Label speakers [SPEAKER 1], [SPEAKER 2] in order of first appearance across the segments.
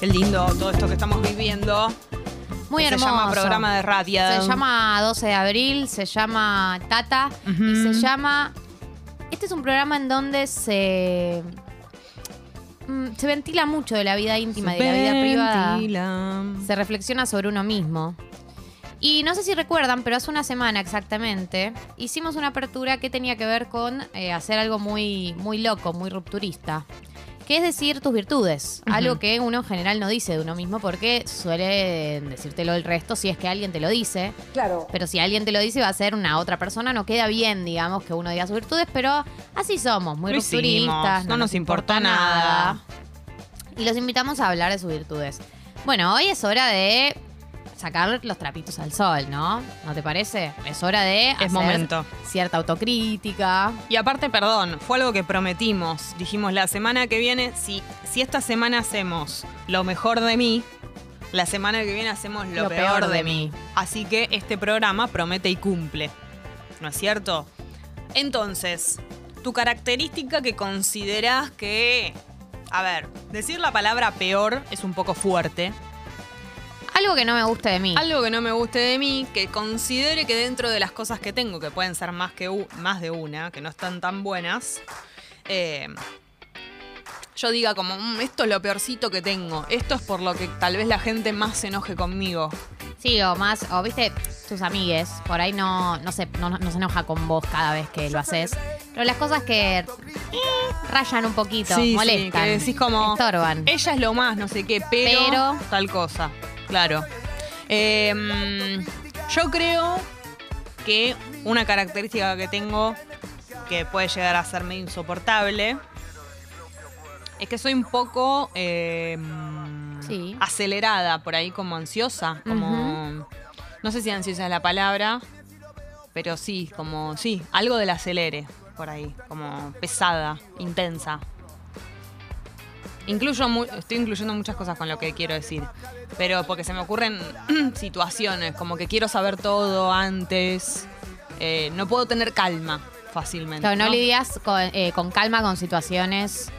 [SPEAKER 1] Qué lindo todo esto que estamos viviendo.
[SPEAKER 2] Muy
[SPEAKER 1] Que
[SPEAKER 2] hermoso.
[SPEAKER 1] Se llama programa de radio.
[SPEAKER 2] Se llama 12 de abril, se llama Tata y
[SPEAKER 1] Ujú.
[SPEAKER 2] se llama. Este es un programa en donde se. mm, Se ventila mucho de la vida íntima, y de la vida privada.
[SPEAKER 1] Ventila.
[SPEAKER 2] Se reflexiona sobre uno mismo. Y no sé si recuerdan, pero hace una semana exactamente hicimos una apertura que tenía que ver con eh, hacer algo muy, muy loco, muy rupturista. Que es decir tus virtudes.
[SPEAKER 1] Ujú.
[SPEAKER 2] Algo que uno en general no dice de uno mismo porque suele decírtelo el resto si es que alguien te lo dice.
[SPEAKER 3] Claro.
[SPEAKER 2] Pero si alguien te lo dice, va a ser una otra persona. No queda bien, digamos, que uno diga sus virtudes, pero así somos, muy
[SPEAKER 1] Lo hicimos,
[SPEAKER 2] rupturistas.
[SPEAKER 1] no nos importó nada.
[SPEAKER 2] Y los invitamos a hablar de sus virtudes. Bueno, hoy es hora de sacar los trapitos al sol, ¿no? ¿No te parece? Es hora de hacer
[SPEAKER 1] momento.
[SPEAKER 2] cierta autocrítica.
[SPEAKER 1] Y aparte, perdón, fue algo que prometimos. Dijimos la semana que viene, si, si esta semana hacemos lo mejor de mí, la semana que viene hacemos lo,
[SPEAKER 2] Lo
[SPEAKER 1] peor, de mí. Así que este programa promete y cumple. ¿No es cierto? Entonces, tu característica que consideras que. A ver, decir la palabra peor es un poco fuerte.
[SPEAKER 2] Algo que no me gusta de mí.
[SPEAKER 1] Algo que no me guste de mí, que considere que dentro de las cosas que tengo, que pueden ser más, que u- más de una, que no están tan buenas, eh, yo diga como, "Mm, esto es lo peorcito que tengo, esto es por lo que tal vez la gente más se enoje conmigo.
[SPEAKER 2] Sí, o más, o viste, tus amigues, por ahí no, no, se, no, no se enoja con vos cada vez que lo haces. Pero las cosas que eh, rayan un poquito,
[SPEAKER 1] Sí, sí,
[SPEAKER 2] molestan.
[SPEAKER 1] que decís como- Eh,
[SPEAKER 2] Estorban.
[SPEAKER 1] Ella es lo más, no sé qué, pero,
[SPEAKER 2] Pero-
[SPEAKER 1] tal cosa, claro. Eh, mm, yo creo que una característica que tengo que puede llegar a serme insoportable es que soy un poco eh, mm,
[SPEAKER 2] Sí.
[SPEAKER 1] acelerada, por ahí como ansiosa, como... No sé si ansiosa es la palabra, pero sí, como, sí, algo del acelere, por ahí, como pesada, intensa. Incluyo mu- estoy incluyendo muchas cosas con lo que quiero decir, pero porque se me ocurren situaciones, como que quiero saber todo antes, eh, no puedo tener calma fácilmente.
[SPEAKER 2] Claro, no,
[SPEAKER 1] ¿no?
[SPEAKER 2] lidias con, eh, con calma con situaciones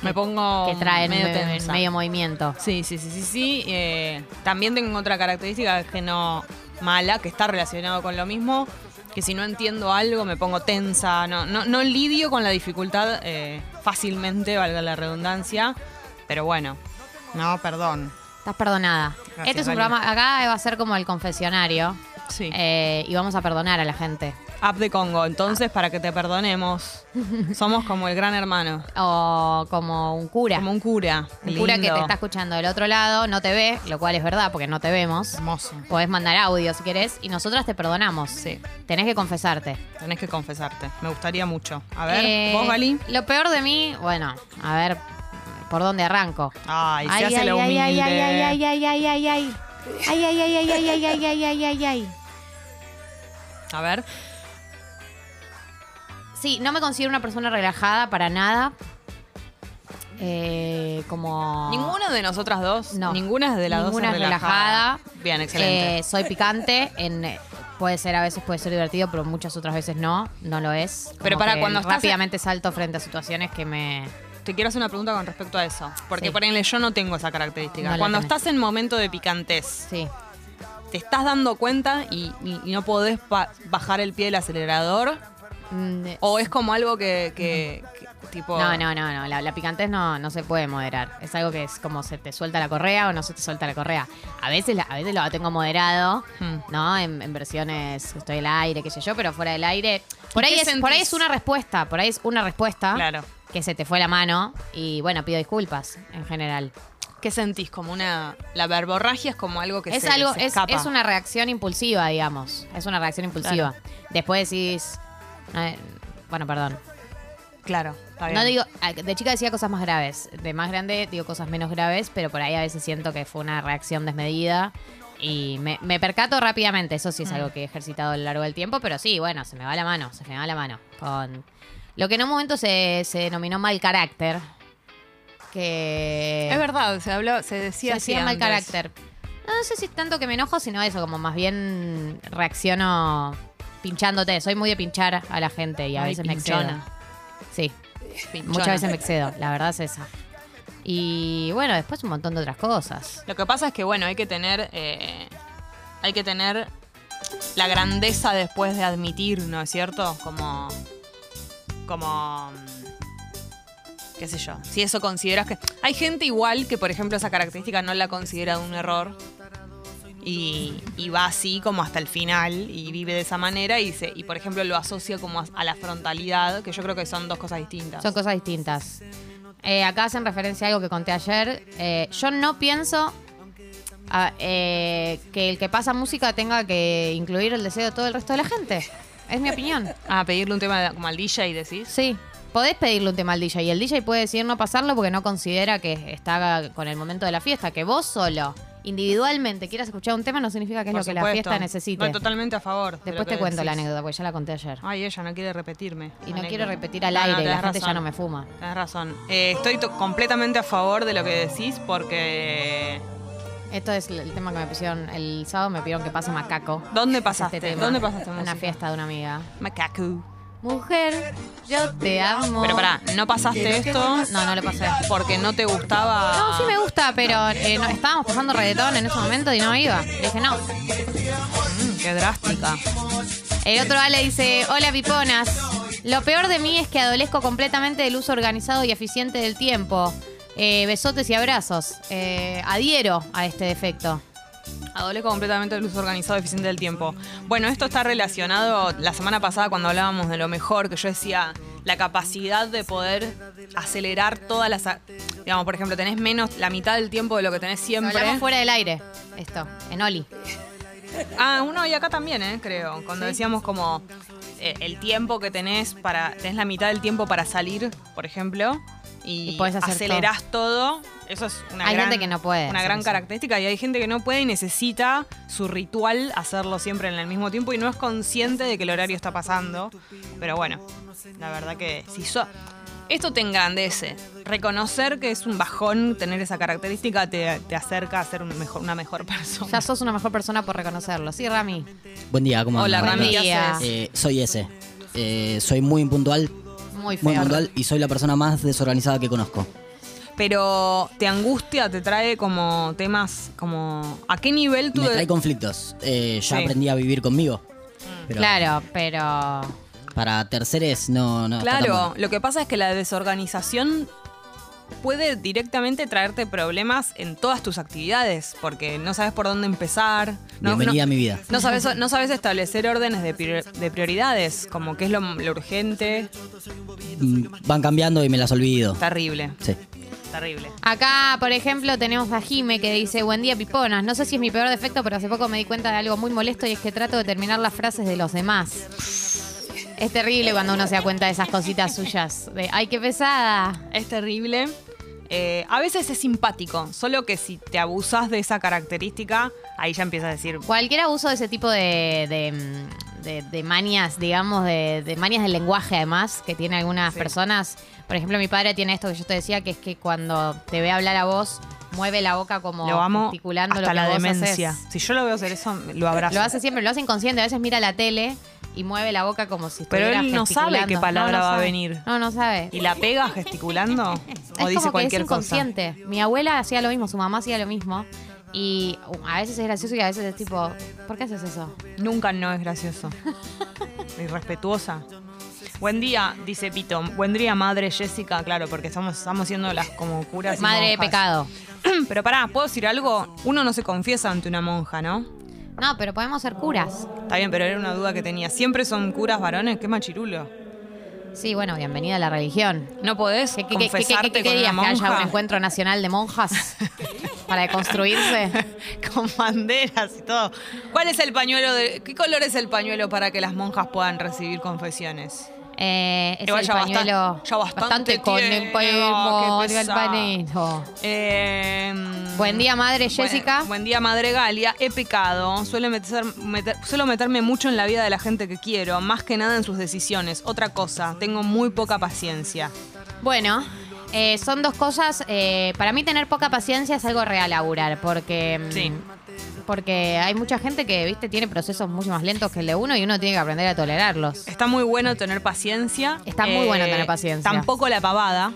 [SPEAKER 1] Me pongo
[SPEAKER 2] que traen
[SPEAKER 1] Oh, medio
[SPEAKER 2] me- medio,
[SPEAKER 1] tensa.
[SPEAKER 2] movimiento.
[SPEAKER 1] Sí, sí, sí, sí, sí. Eh, también tengo otra característica que no mala, que está relacionado con lo mismo, que si no entiendo algo me pongo tensa, no, no, no lidio con la dificultad eh, fácilmente, valga la redundancia, pero bueno. No, perdón.
[SPEAKER 2] Estás perdonada.
[SPEAKER 1] Gracias,
[SPEAKER 2] este es
[SPEAKER 1] Vali.
[SPEAKER 2] un programa, acá va a ser como el confesionario
[SPEAKER 1] Sí.
[SPEAKER 2] eh, y vamos a perdonar a la gente.
[SPEAKER 1] App de Congo, entonces para que te perdonemos, somos como el gran hermano,
[SPEAKER 2] O como un cura.
[SPEAKER 1] como un cura.
[SPEAKER 2] un cura que
[SPEAKER 1] lindo.
[SPEAKER 2] te está escuchando del otro lado, no te ve, lo cual es verdad porque no te vemos.
[SPEAKER 1] hermoso.
[SPEAKER 2] Podés mandar audio si querés y nosotras te perdonamos.
[SPEAKER 1] Sí,
[SPEAKER 2] Tenés que confesarte.
[SPEAKER 1] tenés que confesarte. Me gustaría mucho. A ver,
[SPEAKER 2] Eh,
[SPEAKER 1] vos, Gali.
[SPEAKER 2] Lo peor de mí, bueno, a ver, ¿por dónde arranco?
[SPEAKER 1] Ay, se
[SPEAKER 2] Ay,
[SPEAKER 1] hace
[SPEAKER 2] ay,
[SPEAKER 1] lo
[SPEAKER 2] ay,
[SPEAKER 1] humilde.
[SPEAKER 2] ay, ay, ay, ay, ay, ay, ay. Ay, ay, ay, ay, ay, ay, ay, ay, ay, ay, ay.
[SPEAKER 1] A ver.
[SPEAKER 2] Sí, no me considero una persona relajada para nada. Eh, como.
[SPEAKER 1] Ninguna de nosotras dos.
[SPEAKER 2] No.
[SPEAKER 1] Ninguna es de las
[SPEAKER 2] Ninguna
[SPEAKER 1] dos.
[SPEAKER 2] es
[SPEAKER 1] es
[SPEAKER 2] relajada.
[SPEAKER 1] Bien, excelente.
[SPEAKER 2] Eh, soy picante. En, eh, puede ser, a veces puede ser divertido, pero muchas otras veces no. No lo es. Como
[SPEAKER 1] Pero para
[SPEAKER 2] que
[SPEAKER 1] cuando estás-
[SPEAKER 2] Rápidamente salto frente a situaciones que me.
[SPEAKER 1] Te quiero hacer una pregunta con respecto a eso. Porque
[SPEAKER 2] Sí.
[SPEAKER 1] por ejemplo yo no tengo esa característica.
[SPEAKER 2] No la
[SPEAKER 1] Cuando
[SPEAKER 2] tenés.
[SPEAKER 1] estás en momento de picantez,
[SPEAKER 2] Sí.
[SPEAKER 1] te estás dando cuenta y, y- y no podés pa- bajar el pie del acelerador.
[SPEAKER 2] Mm, eh,
[SPEAKER 1] O es como algo que, que- que tipo.
[SPEAKER 2] No, no, no, no. La, la picantez no, no se puede moderar. Es algo que es como se te suelta la correa o no se te suelta la correa. A veces, la- a veces lo tengo moderado,
[SPEAKER 1] Hmm.
[SPEAKER 2] ¿no? En, en versiones estoy al aire, qué sé yo, pero fuera del aire. Por
[SPEAKER 1] ¿Y
[SPEAKER 2] ahí
[SPEAKER 1] qué
[SPEAKER 2] es, por ahí
[SPEAKER 1] sentís?
[SPEAKER 2] es una respuesta, por ahí es una respuesta
[SPEAKER 1] Claro.
[SPEAKER 2] que se te fue la mano. Y bueno, pido disculpas en general.
[SPEAKER 1] ¿Qué sentís? Como una. La verborragia es como algo que
[SPEAKER 2] es
[SPEAKER 1] se-
[SPEAKER 2] algo,
[SPEAKER 1] se
[SPEAKER 2] es,
[SPEAKER 1] escapa.
[SPEAKER 2] es una reacción impulsiva, digamos. Es una reacción impulsiva. Después decís. eh, bueno, perdón.
[SPEAKER 1] Claro. está bien.
[SPEAKER 2] No digo, ah, de chica decía cosas más graves, de más grande digo cosas menos graves, pero por ahí a veces siento que fue una reacción desmedida y me, me percato rápidamente, eso
[SPEAKER 1] Mm.
[SPEAKER 2] sí es algo que he ejercitado a lo largo del tiempo, pero sí, bueno, se me va la mano, se me va la mano. Con lo que en un momento se, se denominó mal carácter, que
[SPEAKER 1] Es verdad, se habló, se decía
[SPEAKER 2] se
[SPEAKER 1] así
[SPEAKER 2] hacía mal
[SPEAKER 1] antes.
[SPEAKER 2] carácter. No sé si es tanto que me enojo, sino eso, como más bien reacciono pinchándote, soy muy de pinchar a la gente y a
[SPEAKER 1] Ay,
[SPEAKER 2] veces me
[SPEAKER 1] pinchona,
[SPEAKER 2] excedo. Sí.
[SPEAKER 1] pinchona.
[SPEAKER 2] Muchas veces me excedo, la verdad es esa. Y bueno, después un montón de otras cosas.
[SPEAKER 1] Lo que pasa es que, bueno, hay que tener. eh, hay que tener la grandeza después de admitir, ¿no es cierto? Como. Como. mm, qué sé yo. Si eso consideras que. Hay gente igual que, por ejemplo, esa característica no la considera un error. Y, y va así como hasta el final y vive de esa manera y se, y por ejemplo lo asocia como a, a la frontalidad, que yo creo que son dos cosas distintas.
[SPEAKER 2] Son cosas distintas. Eh, acá hacen referencia a algo que conté ayer. Eh, yo no pienso ah, eh, que el que pasa música tenga que incluir el deseo de todo el resto de la gente. Es mi opinión.
[SPEAKER 1] Ah, pedirle un tema como al DJ, decís.
[SPEAKER 2] Sí. Podés pedirle un tema al DJ y el DJ puede decidir no pasarlo porque no considera que está con el momento de la fiesta, que vos solo, individualmente, quieras escuchar un tema no significa que es
[SPEAKER 1] Por
[SPEAKER 2] lo que la
[SPEAKER 1] supuesto.
[SPEAKER 2] fiesta necesite.
[SPEAKER 1] No, totalmente a favor. de lo
[SPEAKER 2] Después
[SPEAKER 1] que
[SPEAKER 2] te cuento la
[SPEAKER 1] decís.
[SPEAKER 2] anécdota porque ya la conté ayer.
[SPEAKER 1] Ay, ella no quiere repetirme.
[SPEAKER 2] y no
[SPEAKER 1] Anécdota.
[SPEAKER 2] quiero repetir al
[SPEAKER 1] No, no,
[SPEAKER 2] aire, la
[SPEAKER 1] tenés
[SPEAKER 2] gente ya
[SPEAKER 1] razón.
[SPEAKER 2] no me fuma.
[SPEAKER 1] Tenés razón. Eh, estoy to- completamente a favor de lo que decís porque.
[SPEAKER 2] Esto es el tema que me pusieron el sábado, me pidieron que pase Macaco.
[SPEAKER 1] ¿Dónde pasaste?
[SPEAKER 2] Este tema.
[SPEAKER 1] ¿Dónde pasaste
[SPEAKER 2] Una
[SPEAKER 1] música?
[SPEAKER 2] fiesta de una amiga.
[SPEAKER 1] Macaco.
[SPEAKER 2] Mujer, yo te amo.
[SPEAKER 1] Pero pará, ¿no pasaste esto?
[SPEAKER 2] No, no lo pasé.
[SPEAKER 1] Porque no te gustaba.
[SPEAKER 2] No, sí me gusta, pero eh, no, estábamos pasando reggaetón en ese momento y no iba. Le dije no.
[SPEAKER 1] Mm, qué drástica.
[SPEAKER 2] El otro Ale dice, hola piponas. Lo peor de mí es que adolezco completamente del uso organizado y eficiente del tiempo. Eh, besotes y abrazos. Eh, adhiero a este defecto.
[SPEAKER 1] Adolezco completamente del uso organizado y eficiente del tiempo. Bueno, esto está relacionado la semana pasada cuando hablábamos de lo mejor, que yo decía la capacidad de poder acelerar todas las. a- Digamos, por ejemplo, tenés menos la mitad del tiempo de lo que tenés
[SPEAKER 2] Lo
[SPEAKER 1] siempre.
[SPEAKER 2] Hablamos fuera del aire. Esto, en Oli.
[SPEAKER 1] Ah, uno y acá también, ¿eh? creo. Cuando decíamos como eh, el tiempo que tenés para. tenés la mitad del tiempo para salir, por ejemplo. Y,
[SPEAKER 2] Y podés hacer
[SPEAKER 1] acelerás todo. Eso es una
[SPEAKER 2] Hay
[SPEAKER 1] gran,
[SPEAKER 2] gente que no puede
[SPEAKER 1] Una
[SPEAKER 2] hacer
[SPEAKER 1] gran
[SPEAKER 2] eso.
[SPEAKER 1] característica. Y hay gente que no puede y necesita su ritual hacerlo siempre en el mismo tiempo y no es consciente de que el horario está pasando. Pero bueno, la verdad que si so- esto te engrandece. Reconocer que es un bajón tener esa característica te, te acerca a ser un mejor, una mejor persona.
[SPEAKER 2] Ya sos una mejor persona por reconocerlo. Sí, Rami.
[SPEAKER 3] Buen día, ¿cómo
[SPEAKER 1] Hola,
[SPEAKER 3] andan?
[SPEAKER 2] Buen
[SPEAKER 1] Rami. ¿qué
[SPEAKER 2] día.
[SPEAKER 1] haces?
[SPEAKER 3] Eh, soy ese. Eh, soy muy impuntual,
[SPEAKER 2] Muy feo.
[SPEAKER 3] muy puntual y soy la persona más desorganizada que conozco.
[SPEAKER 1] Pero te angustia, te trae como temas como... ¿A qué nivel tú...
[SPEAKER 3] Me
[SPEAKER 1] de-
[SPEAKER 3] trae conflictos. Eh, ya
[SPEAKER 1] Sí. Mm.
[SPEAKER 3] aprendí a vivir conmigo. Pero
[SPEAKER 2] Claro, pero
[SPEAKER 3] Para terceres, no, no. está tan
[SPEAKER 1] claro,
[SPEAKER 3] bueno.
[SPEAKER 1] lo que pasa es que la desorganización puede directamente traerte problemas en todas tus actividades, porque no sabes por dónde empezar. No,
[SPEAKER 3] Bienvenida a
[SPEAKER 1] no-
[SPEAKER 3] mi vida.
[SPEAKER 1] no sabes, no sabes establecer órdenes de, prior- de prioridades, como qué es lo, lo urgente.
[SPEAKER 3] Mm, Van cambiando y me las olvido.
[SPEAKER 1] Terrible,
[SPEAKER 3] Sí.
[SPEAKER 1] terrible.
[SPEAKER 2] Acá, por ejemplo, tenemos a Jime que dice, buen día piponas. No sé si es mi peor defecto, pero hace poco me di cuenta de algo muy molesto y es que trato de terminar las frases de los demás. Es terrible cuando uno se da cuenta de esas cositas suyas. De, ay, qué pesada.
[SPEAKER 1] Es terrible. Eh, a veces es simpático, solo que si te abusas de esa característica, ahí ya empiezas a decir,
[SPEAKER 2] Cualquier abuso de ese tipo de, de, mm, de- de manias, digamos, de, de manias del lenguaje además, que tiene algunas
[SPEAKER 1] Sí.
[SPEAKER 2] personas. Por ejemplo, mi padre tiene esto que yo te decía, que es que cuando te ve hablar a vos, mueve la boca como
[SPEAKER 1] lo amo
[SPEAKER 2] gesticulando
[SPEAKER 1] hasta
[SPEAKER 2] lo que
[SPEAKER 1] la
[SPEAKER 2] vos
[SPEAKER 1] demencia.
[SPEAKER 2] haces.
[SPEAKER 1] Si yo lo veo hacer eso, lo abrazo.
[SPEAKER 2] Lo hace siempre, lo hace inconsciente. A veces mira la tele y mueve la boca como si
[SPEAKER 1] Pero
[SPEAKER 2] estuviera
[SPEAKER 1] él no sabe
[SPEAKER 2] gesticulando.
[SPEAKER 1] qué palabra va a
[SPEAKER 2] sabe.
[SPEAKER 1] venir.
[SPEAKER 2] No, no sabe.
[SPEAKER 1] y la pega gesticulando o
[SPEAKER 2] es
[SPEAKER 1] dice
[SPEAKER 2] como que es
[SPEAKER 1] cualquier cosa.
[SPEAKER 2] inconsciente. Mi abuela hacía lo mismo, su mamá hacía lo mismo. Y uh, a veces es gracioso y a veces es tipo, ¿por qué haces eso?
[SPEAKER 1] Nunca no es gracioso. Irrespetuosa. Buen día, dice Pito. Buen día, madre Jessica, claro, porque estamos, estamos siendo las como curas. y
[SPEAKER 2] Madre de
[SPEAKER 1] monjas.
[SPEAKER 2] pecado.
[SPEAKER 1] Pero pará, ¿puedo decir algo? Uno no se confiesa ante una monja, ¿no?
[SPEAKER 2] No, pero podemos ser curas.
[SPEAKER 1] Está bien, pero era una duda que tenía. ¿Siempre son curas varones? Qué machirulo.
[SPEAKER 2] Sí, bueno, bienvenida a la religión.
[SPEAKER 1] No podés
[SPEAKER 2] ¿Qué, qué- qué- qué- qué-
[SPEAKER 1] confesarte
[SPEAKER 2] qué
[SPEAKER 1] con una
[SPEAKER 2] querías? Que haya un
[SPEAKER 1] monja.
[SPEAKER 2] encuentro nacional de monjas para deconstruirse.
[SPEAKER 1] con banderas y todo. ¿Cuál es el pañuelo? De, ¿Qué color es el pañuelo para que las monjas puedan recibir confesiones?
[SPEAKER 2] Eh, es
[SPEAKER 1] Igual
[SPEAKER 2] el
[SPEAKER 1] ya bastan-
[SPEAKER 2] pañuelo
[SPEAKER 1] ya bastante
[SPEAKER 2] con
[SPEAKER 1] tiene,
[SPEAKER 2] el palmo,
[SPEAKER 1] qué
[SPEAKER 2] el
[SPEAKER 1] pesado.
[SPEAKER 2] panito.
[SPEAKER 1] Eh,
[SPEAKER 2] Buen día, madre Jessica.
[SPEAKER 1] Buen, buen día, madre Galia. He pecado. Suelo, meter- meter- suelo meterme mucho en la vida de la gente que quiero, más que nada en sus decisiones. Otra cosa, tengo muy poca paciencia.
[SPEAKER 2] Bueno, eh, son dos cosas. eh, para mí tener poca paciencia es algo real, laburar, porque... mm,
[SPEAKER 1] Sí.
[SPEAKER 2] Porque hay mucha gente que, viste, tiene procesos mucho más lentos que el de uno y uno tiene que aprender a tolerarlos.
[SPEAKER 1] Está muy bueno tener paciencia.
[SPEAKER 2] Está muy bueno tener paciencia.
[SPEAKER 1] Tampoco la pavada.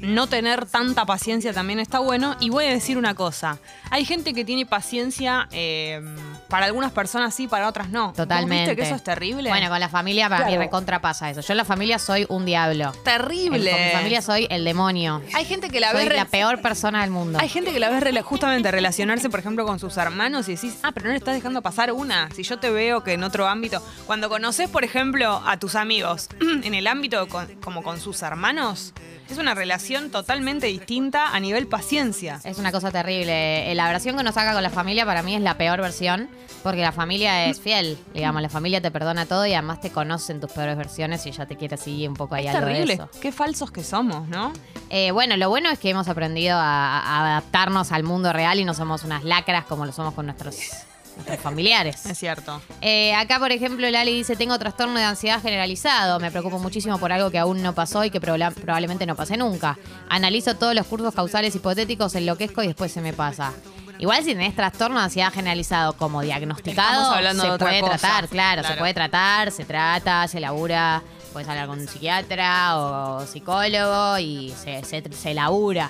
[SPEAKER 1] no tener tanta paciencia también está bueno. Y voy a decir una cosa. Hay gente que tiene paciencia, eh, para algunas personas sí, para otras no. ¿Vos
[SPEAKER 2] Totalmente.
[SPEAKER 1] ¿Viste que eso es terrible?
[SPEAKER 2] Bueno, con la familia para mí
[SPEAKER 4] Claro.
[SPEAKER 2] recontra pasa eso. Yo en la familia soy un diablo.
[SPEAKER 1] terrible.
[SPEAKER 2] Con mi familia soy el demonio.
[SPEAKER 1] Hay gente que la
[SPEAKER 2] soy
[SPEAKER 1] ve re-
[SPEAKER 2] la peor persona del mundo.
[SPEAKER 1] Hay gente que la ves rela- justamente relacionarse, por ejemplo, con sus hermanos y decís, ah, pero no le estás dejando pasar una. Si yo te veo que en otro ámbito. Cuando conoces, por ejemplo, a tus amigos en el ámbito con- como con sus hermanos, es una relación totalmente distinta a nivel paciencia.
[SPEAKER 2] Es una cosa terrible. Eh, La versión que nos saca con la familia para mí es la peor versión, porque la familia es fiel, digamos, la familia te perdona todo y además te conocen tus peores versiones y ya te quiere así un poco ahí
[SPEAKER 1] Es
[SPEAKER 2] algo de
[SPEAKER 1] terrible.
[SPEAKER 2] eso.
[SPEAKER 1] Qué falsos que somos, ¿no?
[SPEAKER 2] Eh, bueno, lo bueno es que hemos aprendido a, a adaptarnos al mundo real y no somos unas lacras como lo somos con nuestros, nuestros
[SPEAKER 1] Es
[SPEAKER 2] familiares.
[SPEAKER 1] cierto.
[SPEAKER 2] Eh, acá, por ejemplo, Lali dice, tengo trastorno de ansiedad generalizado, me preocupo muchísimo por algo que aún no pasó y que proba- probablemente no pase nunca. Analizo todos los cursos causales hipotéticos, enloquezco y después se me pasa. Igual si tenés trastorno de ansiedad generalizado como diagnosticado,
[SPEAKER 1] Estamos hablando
[SPEAKER 2] se
[SPEAKER 1] de otra
[SPEAKER 2] puede
[SPEAKER 1] cosa.
[SPEAKER 2] tratar, claro, se
[SPEAKER 1] Claro.
[SPEAKER 2] puede tratar, se trata, se labura, puedes hablar con un psiquiatra o psicólogo y se, se, se labura.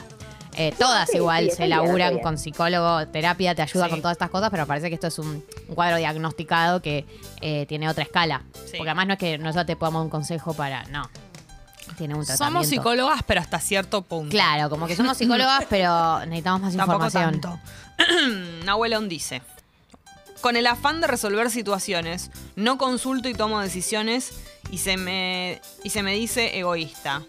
[SPEAKER 2] Eh, todas
[SPEAKER 4] Sí, sí,
[SPEAKER 2] igual se
[SPEAKER 4] está bien, está
[SPEAKER 2] laburan
[SPEAKER 4] bien.
[SPEAKER 2] con psicólogo, terapia, te ayuda
[SPEAKER 1] Sí.
[SPEAKER 2] con todas estas cosas, pero parece que esto es un, un cuadro diagnosticado que eh, tiene otra escala.
[SPEAKER 1] Sí.
[SPEAKER 2] Porque además no es que nosotros te podamos un consejo para, no. Tiene un tratamiento.
[SPEAKER 1] Somos psicólogas, pero hasta cierto punto.
[SPEAKER 2] Claro, como que somos psicólogas, pero necesitamos más
[SPEAKER 1] Tampoco
[SPEAKER 2] información.
[SPEAKER 1] tanto. Nahuelón dice. Con el afán de resolver situaciones, no consulto y tomo decisiones y se me, y se me dice egoísta.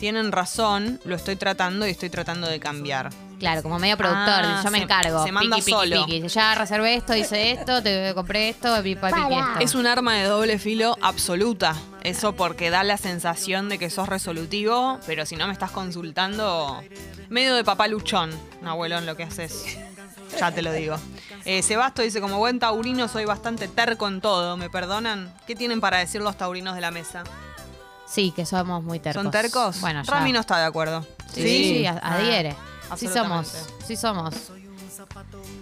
[SPEAKER 1] Tienen razón, lo estoy tratando y estoy tratando de cambiar.
[SPEAKER 2] Claro, como medio productor,
[SPEAKER 1] Ah,
[SPEAKER 2] yo me
[SPEAKER 1] se-
[SPEAKER 2] encargo.
[SPEAKER 1] se manda
[SPEAKER 2] Piqui, piqui,
[SPEAKER 1] solo.
[SPEAKER 2] piqui. Ya reservé esto, hice esto, te compré esto, piqui, piqui,
[SPEAKER 4] Para.
[SPEAKER 2] esto.
[SPEAKER 1] Es un arma de doble filo absoluta. Eso porque da la sensación de que sos resolutivo, pero si no me estás consultando, medio de papá luchón, Nahuelón, lo que haces. Ya te lo digo. Eh, Sebasto dice, como buen taurino soy bastante terco en todo, ¿me perdonan? ¿Qué tienen para decir los taurinos de la mesa?
[SPEAKER 2] Sí, que somos muy tercos.
[SPEAKER 1] ¿Son tercos?
[SPEAKER 2] Bueno, ya.
[SPEAKER 1] Rami no está de acuerdo.
[SPEAKER 2] Sí, sí, sí, a-
[SPEAKER 1] Ah,
[SPEAKER 2] adhiere. sí
[SPEAKER 1] absolutamente.
[SPEAKER 2] somos, sí somos.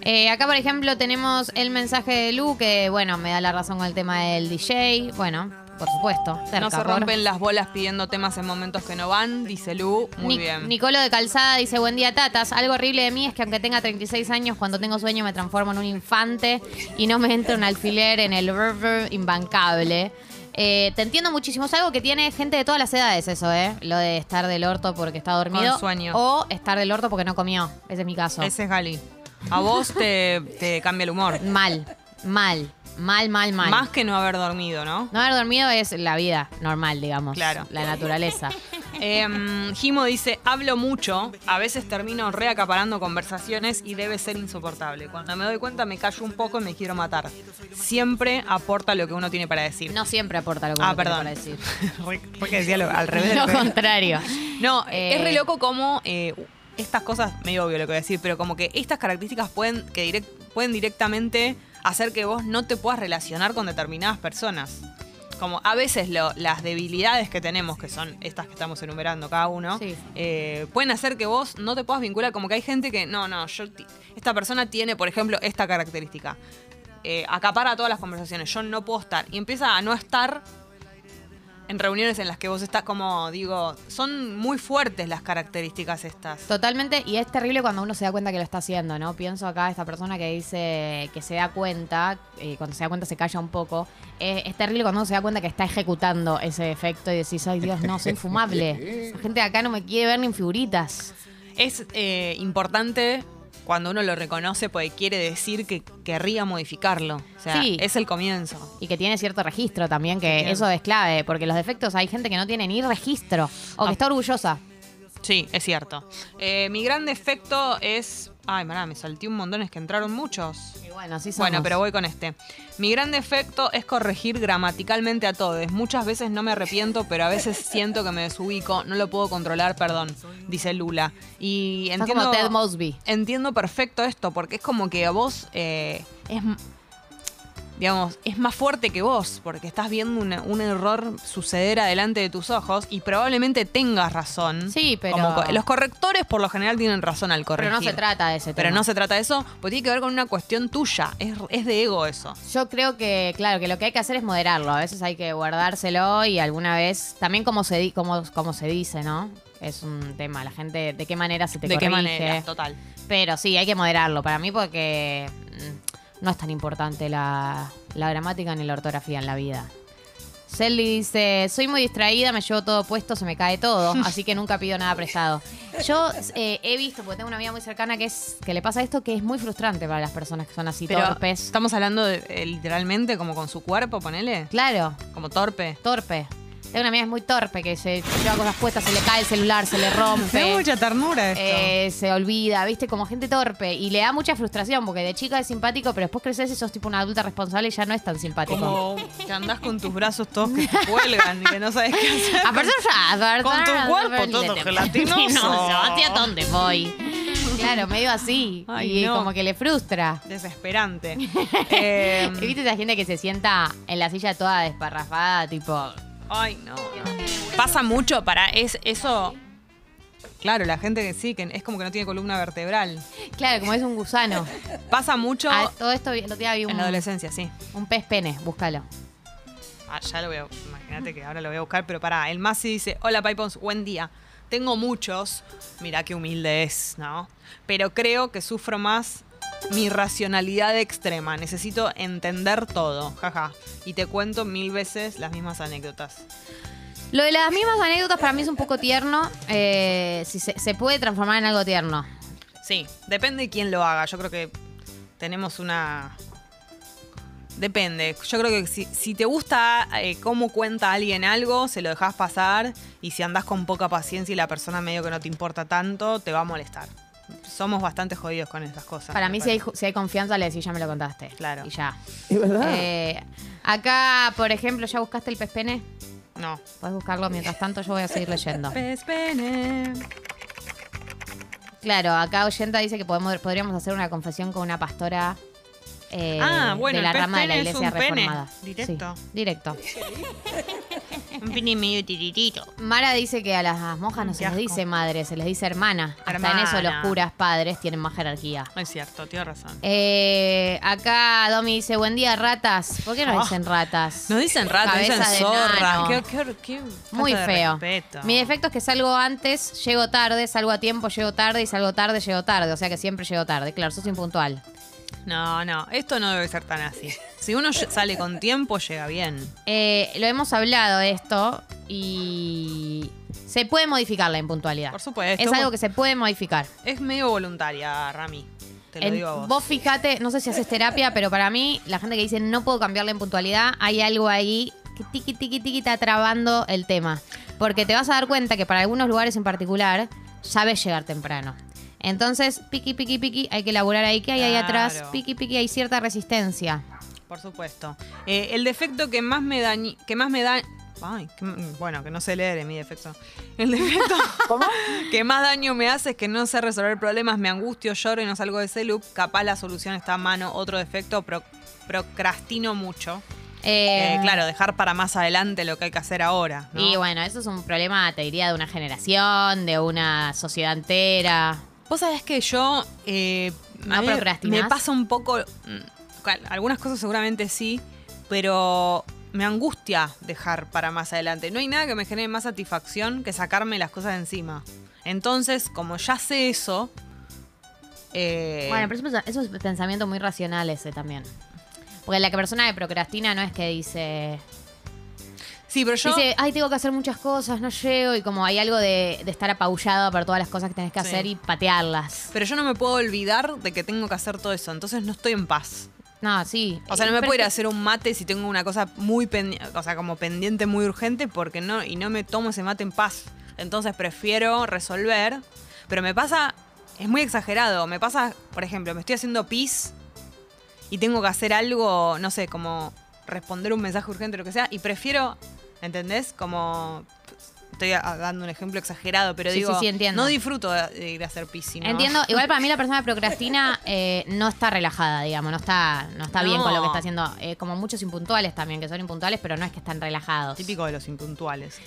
[SPEAKER 2] Eh, acá, por ejemplo, tenemos el mensaje de Lu, que, bueno, me da la razón con el tema del DJ. Bueno, por supuesto.
[SPEAKER 1] No
[SPEAKER 2] terca,
[SPEAKER 1] se
[SPEAKER 2] por-
[SPEAKER 1] rompen las bolas pidiendo temas en momentos que no van, dice Lu. Muy
[SPEAKER 2] Nic-
[SPEAKER 1] bien.
[SPEAKER 2] Nicolo de Calzada dice, buen día tatas, algo horrible de mí es que aunque tenga 36 años, cuando tengo sueño me transformo en un infante y no me entra un alfiler en el brr, brr, imbancable. Eh, te entiendo muchísimo, es algo que tiene gente de todas las edades eso, ¿eh? Lo de estar del orto porque está dormido.
[SPEAKER 1] Con sueño.
[SPEAKER 2] O estar del orto porque no comió, ese es mi caso.
[SPEAKER 1] Ese es Gali. A vos te, te cambia el humor.
[SPEAKER 2] Mal, mal, mal, mal, mal.
[SPEAKER 1] Más que no haber dormido, ¿no?
[SPEAKER 2] No haber dormido es la vida normal, digamos.
[SPEAKER 1] Claro.
[SPEAKER 2] La naturaleza.
[SPEAKER 1] Em, Jimo dice, hablo mucho, a veces termino reacaparando conversaciones y debe ser insoportable. Cuando me doy cuenta me callo un poco y me quiero matar. Siempre aporta lo que uno tiene para decir.
[SPEAKER 2] No siempre aporta lo que
[SPEAKER 1] Ah,
[SPEAKER 2] uno tiene
[SPEAKER 1] perdón.
[SPEAKER 2] para decir.
[SPEAKER 1] Re- Porque decía lo- al revés.
[SPEAKER 2] Lo contrario.
[SPEAKER 1] No,
[SPEAKER 2] Eh,
[SPEAKER 1] es re loco como eh, estas cosas, medio obvio lo que voy a decir, pero como que estas características pueden, que direc- pueden directamente hacer que vos no te puedas relacionar con determinadas personas. Como a veces lo- las debilidades que tenemos, que son estas que estamos enumerando cada uno,
[SPEAKER 2] Sí.
[SPEAKER 1] eh, pueden hacer que vos no te puedas vincular. Como que hay gente que, no, no, yo, ti- esta persona tiene, por ejemplo, esta característica. Eh, acapara todas las conversaciones, yo no puedo estar. Y empieza a no estar en reuniones en las que vos estás como, digo, son muy fuertes las características estas.
[SPEAKER 2] Totalmente, y es terrible cuando uno se da cuenta que lo está haciendo, ¿no? Pienso acá, esta persona que dice que se da cuenta, eh, cuando se da cuenta se calla un poco, Eh, es terrible cuando uno se da cuenta que está ejecutando ese efecto y decís, ay Dios, no, soy infumable. La gente de acá no me quiere ver ni en figuritas.
[SPEAKER 1] Es eh, importante cuando uno lo reconoce porque quiere decir que querría modificarlo. O sea,
[SPEAKER 2] Sí.
[SPEAKER 1] es el comienzo.
[SPEAKER 2] Y que tiene cierto registro también,
[SPEAKER 1] Sí,
[SPEAKER 2] que
[SPEAKER 1] claro.
[SPEAKER 2] eso es clave, porque los defectos hay gente que no tiene ni registro, o que
[SPEAKER 1] Ah.
[SPEAKER 2] está orgullosa.
[SPEAKER 1] Sí, es cierto. Eh, mi gran defecto es... Ay, mará, me salté un montón, es que entraron muchos.
[SPEAKER 2] Y bueno, así somos.
[SPEAKER 1] Bueno, pero voy con este. Mi gran defecto es corregir gramaticalmente a todos. Muchas veces no me arrepiento, pero a veces siento que me desubico. No lo puedo controlar, perdón, dice Lula. Y
[SPEAKER 2] Estás
[SPEAKER 1] entiendo,
[SPEAKER 2] como Ted Mosby.
[SPEAKER 1] entiendo perfecto esto, porque es como que a vos eh, es, m- digamos, es más fuerte que vos, porque estás viendo una- un error suceder adelante de tus ojos y probablemente tengas razón.
[SPEAKER 2] Sí, pero-
[SPEAKER 1] Como co- los correctores por lo general tienen razón al
[SPEAKER 2] Pero
[SPEAKER 1] corregir.
[SPEAKER 2] no se trata de ese este tema.
[SPEAKER 1] Pero no se trata de eso, porque tiene que ver con una cuestión tuya. Es, es de ego eso.
[SPEAKER 2] Yo creo que, claro, que lo que hay que hacer es moderarlo. A veces hay que guardárselo y alguna vez, también como se, di- como, como se dice, ¿no? es un tema. La gente, de qué manera se te
[SPEAKER 1] ¿De qué
[SPEAKER 2] corrige.
[SPEAKER 1] manera? Total.
[SPEAKER 2] Pero sí, hay que moderarlo para mí porque mm, no es tan importante la, la gramática ni la ortografía en la vida. Selly dice, soy muy distraída, me llevo todo puesto, se me cae todo, así que nunca pido nada prestado. Yo eh, he visto, porque tengo una amiga muy cercana que es que le pasa esto, que es muy frustrante para las personas que son así
[SPEAKER 1] Pero
[SPEAKER 2] torpes.
[SPEAKER 1] estamos hablando de- eh, literalmente como con su cuerpo, ponele.
[SPEAKER 2] Claro,
[SPEAKER 1] Como torpe.
[SPEAKER 2] torpe. Tengo una amiga que es muy torpe, que se lleva cosas puestas, se le cae el celular, se le
[SPEAKER 1] Me da
[SPEAKER 2] rompe.
[SPEAKER 1] mucha ternura esto.
[SPEAKER 2] Eh, se olvida, viste, como gente torpe. Y le da mucha frustración, porque de chica es simpático, pero después creces y sos tipo una adulta responsable y ya no es tan simpático.
[SPEAKER 1] como que andás con tus brazos todos que te cuelgan y que no sabes qué hacer.
[SPEAKER 2] Aparte, ya, aparte-
[SPEAKER 1] Con tu cuerpo todo
[SPEAKER 2] Aparte-
[SPEAKER 1] gelatinoso.
[SPEAKER 2] No, ¿hacia dónde voy? Claro, medio así.
[SPEAKER 1] Ay,
[SPEAKER 2] y
[SPEAKER 1] no.
[SPEAKER 2] como que le frustra.
[SPEAKER 1] Desesperante. Eh,
[SPEAKER 2] ¿Y ¿Viste esa gente que se sienta en la silla toda desparrafada, tipo...
[SPEAKER 1] Ay, no, no. Pasa mucho para es, eso. Claro, la gente que sí, que es como que no tiene columna vertebral.
[SPEAKER 2] Claro, como es un gusano.
[SPEAKER 1] Pasa mucho
[SPEAKER 2] Ah, todo esto el otro día vi
[SPEAKER 1] en
[SPEAKER 2] un,
[SPEAKER 1] la adolescencia, sí.
[SPEAKER 2] un pez pene, búscalo.
[SPEAKER 1] Ah, ya lo veo. Imagínate que ahora lo voy a buscar, pero pará. El Masi dice: Hola, Pipons, buen día. Tengo muchos. Mirá qué humilde es, ¿no? Pero creo que sufro más mi racionalidad extrema. Necesito entender todo, jaja. Y te cuento mil veces las mismas anécdotas.
[SPEAKER 2] Lo de las mismas anécdotas para mí es un poco tierno. eh, si se, se puede transformar en algo tierno.
[SPEAKER 1] Sí, depende de quién lo haga. Yo creo que tenemos una. Depende. Yo creo que si, si te gusta eh, cómo cuenta alguien algo, se lo dejas pasar. Y si andás con poca paciencia y la persona medio que no te importa tanto, te va a molestar. Somos bastante jodidos con estas cosas.
[SPEAKER 2] Para
[SPEAKER 1] Ah, me
[SPEAKER 2] mí, si hay,
[SPEAKER 1] parece.
[SPEAKER 2] ju- si hay confianza, le decís, ya me lo contaste.
[SPEAKER 1] Claro.
[SPEAKER 2] Y ya.
[SPEAKER 4] Es verdad.
[SPEAKER 2] Eh, acá, por ejemplo, ¿ya buscaste el pez pene?
[SPEAKER 1] No.
[SPEAKER 2] Puedes buscarlo mientras tanto, yo voy a seguir leyendo. Claro, acá Oyenta dice que podemos, podríamos hacer una confesión con una pastora eh,
[SPEAKER 1] Ah, bueno,
[SPEAKER 2] de la
[SPEAKER 1] el pez
[SPEAKER 2] rama de la
[SPEAKER 1] pene es
[SPEAKER 2] iglesia
[SPEAKER 1] un pene,
[SPEAKER 2] reformada.
[SPEAKER 1] directo.
[SPEAKER 2] Sí, directo.
[SPEAKER 1] Un pini medio tiritito.
[SPEAKER 2] Mara dice que a las monjas no
[SPEAKER 1] Qué
[SPEAKER 2] se les
[SPEAKER 1] asco.
[SPEAKER 2] dice madre, se les dice hermana. Hasta en eso los
[SPEAKER 1] Hermana.
[SPEAKER 2] curas padres tienen más jerarquía.
[SPEAKER 1] No es cierto, tienes razón.
[SPEAKER 2] Eh, acá Domi dice, buen día, ratas. ¿Por qué no
[SPEAKER 1] Ah.
[SPEAKER 2] dicen ratas?
[SPEAKER 1] No dicen rata,
[SPEAKER 2] Cabeza
[SPEAKER 1] dicen
[SPEAKER 2] de
[SPEAKER 1] zorra.
[SPEAKER 2] nano.
[SPEAKER 1] Qué- qué- qué falta
[SPEAKER 2] Muy
[SPEAKER 1] de
[SPEAKER 2] feo.
[SPEAKER 1] respeto.
[SPEAKER 2] Mi defecto es que salgo antes, llego tarde, salgo a tiempo, llego tarde y salgo tarde, llego tarde. O sea que siempre llego tarde. Claro, sos impuntual.
[SPEAKER 1] No, no, esto no debe ser tan así. Si uno ll- sale con tiempo, llega bien.
[SPEAKER 2] Eh, lo hemos hablado esto y se puede modificar la impuntualidad.
[SPEAKER 1] Por supuesto.
[SPEAKER 2] Es algo que se puede modificar.
[SPEAKER 1] Es medio voluntaria, Rami. Te lo
[SPEAKER 2] En-
[SPEAKER 1] digo a vos.
[SPEAKER 2] fíjate, no sé si haces terapia, pero para mí, la gente que dice no puedo cambiar la impuntualidad, hay algo ahí que tiqui, tiqui, tiqui está trabando el tema. Porque te vas a dar cuenta que para algunos lugares en particular, sabes llegar temprano. Entonces, piqui, piqui, piqui, hay que elaborar ahí. ¿Qué hay ahí atrás?
[SPEAKER 1] Claro.
[SPEAKER 2] Piqui, piqui, hay cierta resistencia.
[SPEAKER 1] Por supuesto. Eh, el defecto que más me dañi... Que más me da... Ay, que- bueno, que no sé leer es mi defecto. El defecto que más daño me hace es que no sé resolver problemas, me angustio, lloro y no salgo de ese loop. Capaz la solución está a mano. Otro defecto, pro- procrastino mucho.
[SPEAKER 2] Eh,
[SPEAKER 1] Eh, claro, dejar para más adelante lo que hay que hacer ahora. ¿no?
[SPEAKER 2] Y bueno, eso es un problema, te diría, de una generación, de una sociedad entera.
[SPEAKER 1] Vos sabés que yo. eh,
[SPEAKER 2] ¿No
[SPEAKER 1] a mí
[SPEAKER 2] procrastinás?
[SPEAKER 1] Me pasa un poco. mm, cal- Algunas cosas seguramente sí, pero me angustia dejar para más adelante. No hay nada que me genere más satisfacción que sacarme las cosas de encima. Entonces, como ya sé eso. eh,
[SPEAKER 2] Bueno, pero eso es- eso es un pensamiento muy racional ese también. Porque la que persona que procrastina no es que dice,
[SPEAKER 1] sí, pero yo.
[SPEAKER 2] dice, ay, tengo que hacer muchas cosas, no llego, y como hay algo de, de estar apabullado por todas las cosas que tenés que
[SPEAKER 1] Sí.
[SPEAKER 2] hacer y patearlas.
[SPEAKER 1] Pero yo no me puedo olvidar de que tengo que hacer todo eso. Entonces no estoy en paz.
[SPEAKER 2] No, sí.
[SPEAKER 1] O sea, no me
[SPEAKER 2] Pero
[SPEAKER 1] puedo ir a
[SPEAKER 2] es que-
[SPEAKER 1] hacer un mate si tengo una cosa muy pendiente, o sea, como pendiente muy urgente, porque no, y no me tomo ese mate en paz. Entonces prefiero resolver. Pero me pasa, es muy exagerado. Me pasa, por ejemplo, me estoy haciendo pis y tengo que hacer algo, no sé, como responder un mensaje urgente o lo que sea, y prefiero, ¿entendés? Como. Estoy a- dando un ejemplo exagerado, pero
[SPEAKER 2] Sí,
[SPEAKER 1] digo,
[SPEAKER 2] sí, sí, entiendo.
[SPEAKER 1] no disfruto de de ir a hacer pis. sino-
[SPEAKER 2] Entiendo, igual para mí la persona que procrastina eh, no está relajada, digamos, no está, no está bien
[SPEAKER 1] No.
[SPEAKER 2] con lo que está haciendo. Eh, como muchos impuntuales también, que son impuntuales, pero no es que están relajados.
[SPEAKER 1] Típico de los impuntuales.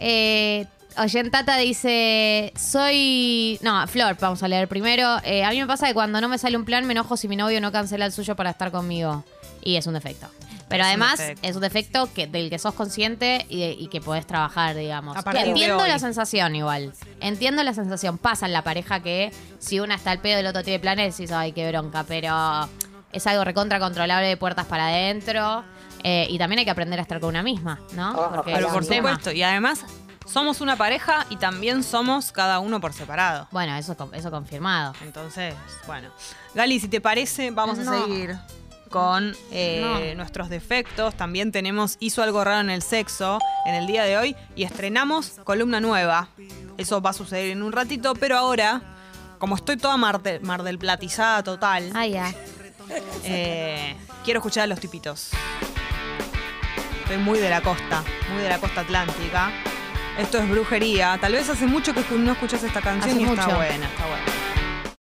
[SPEAKER 2] Eh, Oyentata dice, soy... No, Flor, vamos a leer primero. Eh, a mí me pasa que cuando no me sale un plan me enojo si mi novio no cancela el suyo para estar conmigo. Y es un defecto. Pero
[SPEAKER 1] Es un
[SPEAKER 2] además
[SPEAKER 1] defecto.
[SPEAKER 2] es un defecto que, del que sos consciente y, y que podés trabajar, digamos.
[SPEAKER 1] A
[SPEAKER 2] Que
[SPEAKER 1] partir de
[SPEAKER 2] entiendo
[SPEAKER 1] hoy.
[SPEAKER 2] la sensación igual. Entiendo la sensación. Pasa en la pareja que si una está al pedo y el otro tiene planes, decís, ay, qué bronca, pero es algo recontra controlable de puertas para adentro. Eh, y también hay que aprender a estar con una misma, ¿no? Porque
[SPEAKER 1] Pero
[SPEAKER 2] es
[SPEAKER 1] por
[SPEAKER 2] un tema.
[SPEAKER 1] supuesto, y además somos una pareja y también somos cada uno por separado.
[SPEAKER 2] Bueno, eso, con- eso confirmado.
[SPEAKER 1] Entonces, bueno. Gali, si te parece, vamos a
[SPEAKER 2] No.
[SPEAKER 1] seguir con eh,
[SPEAKER 2] No.
[SPEAKER 1] nuestros defectos. También tenemos Hizo algo raro en el sexo en el día de hoy y estrenamos columna nueva. Eso va a suceder en un ratito, pero ahora, como estoy toda mar, mar del platizada total,
[SPEAKER 2] Ah, ya.
[SPEAKER 1] eh, quiero escuchar a los tipitos. Estoy muy de la costa, muy de la costa atlántica. Esto es brujería. Tal vez hace mucho que no escuchas esta canción
[SPEAKER 2] Hace
[SPEAKER 1] y está
[SPEAKER 2] mucho.
[SPEAKER 1] buena, está buena.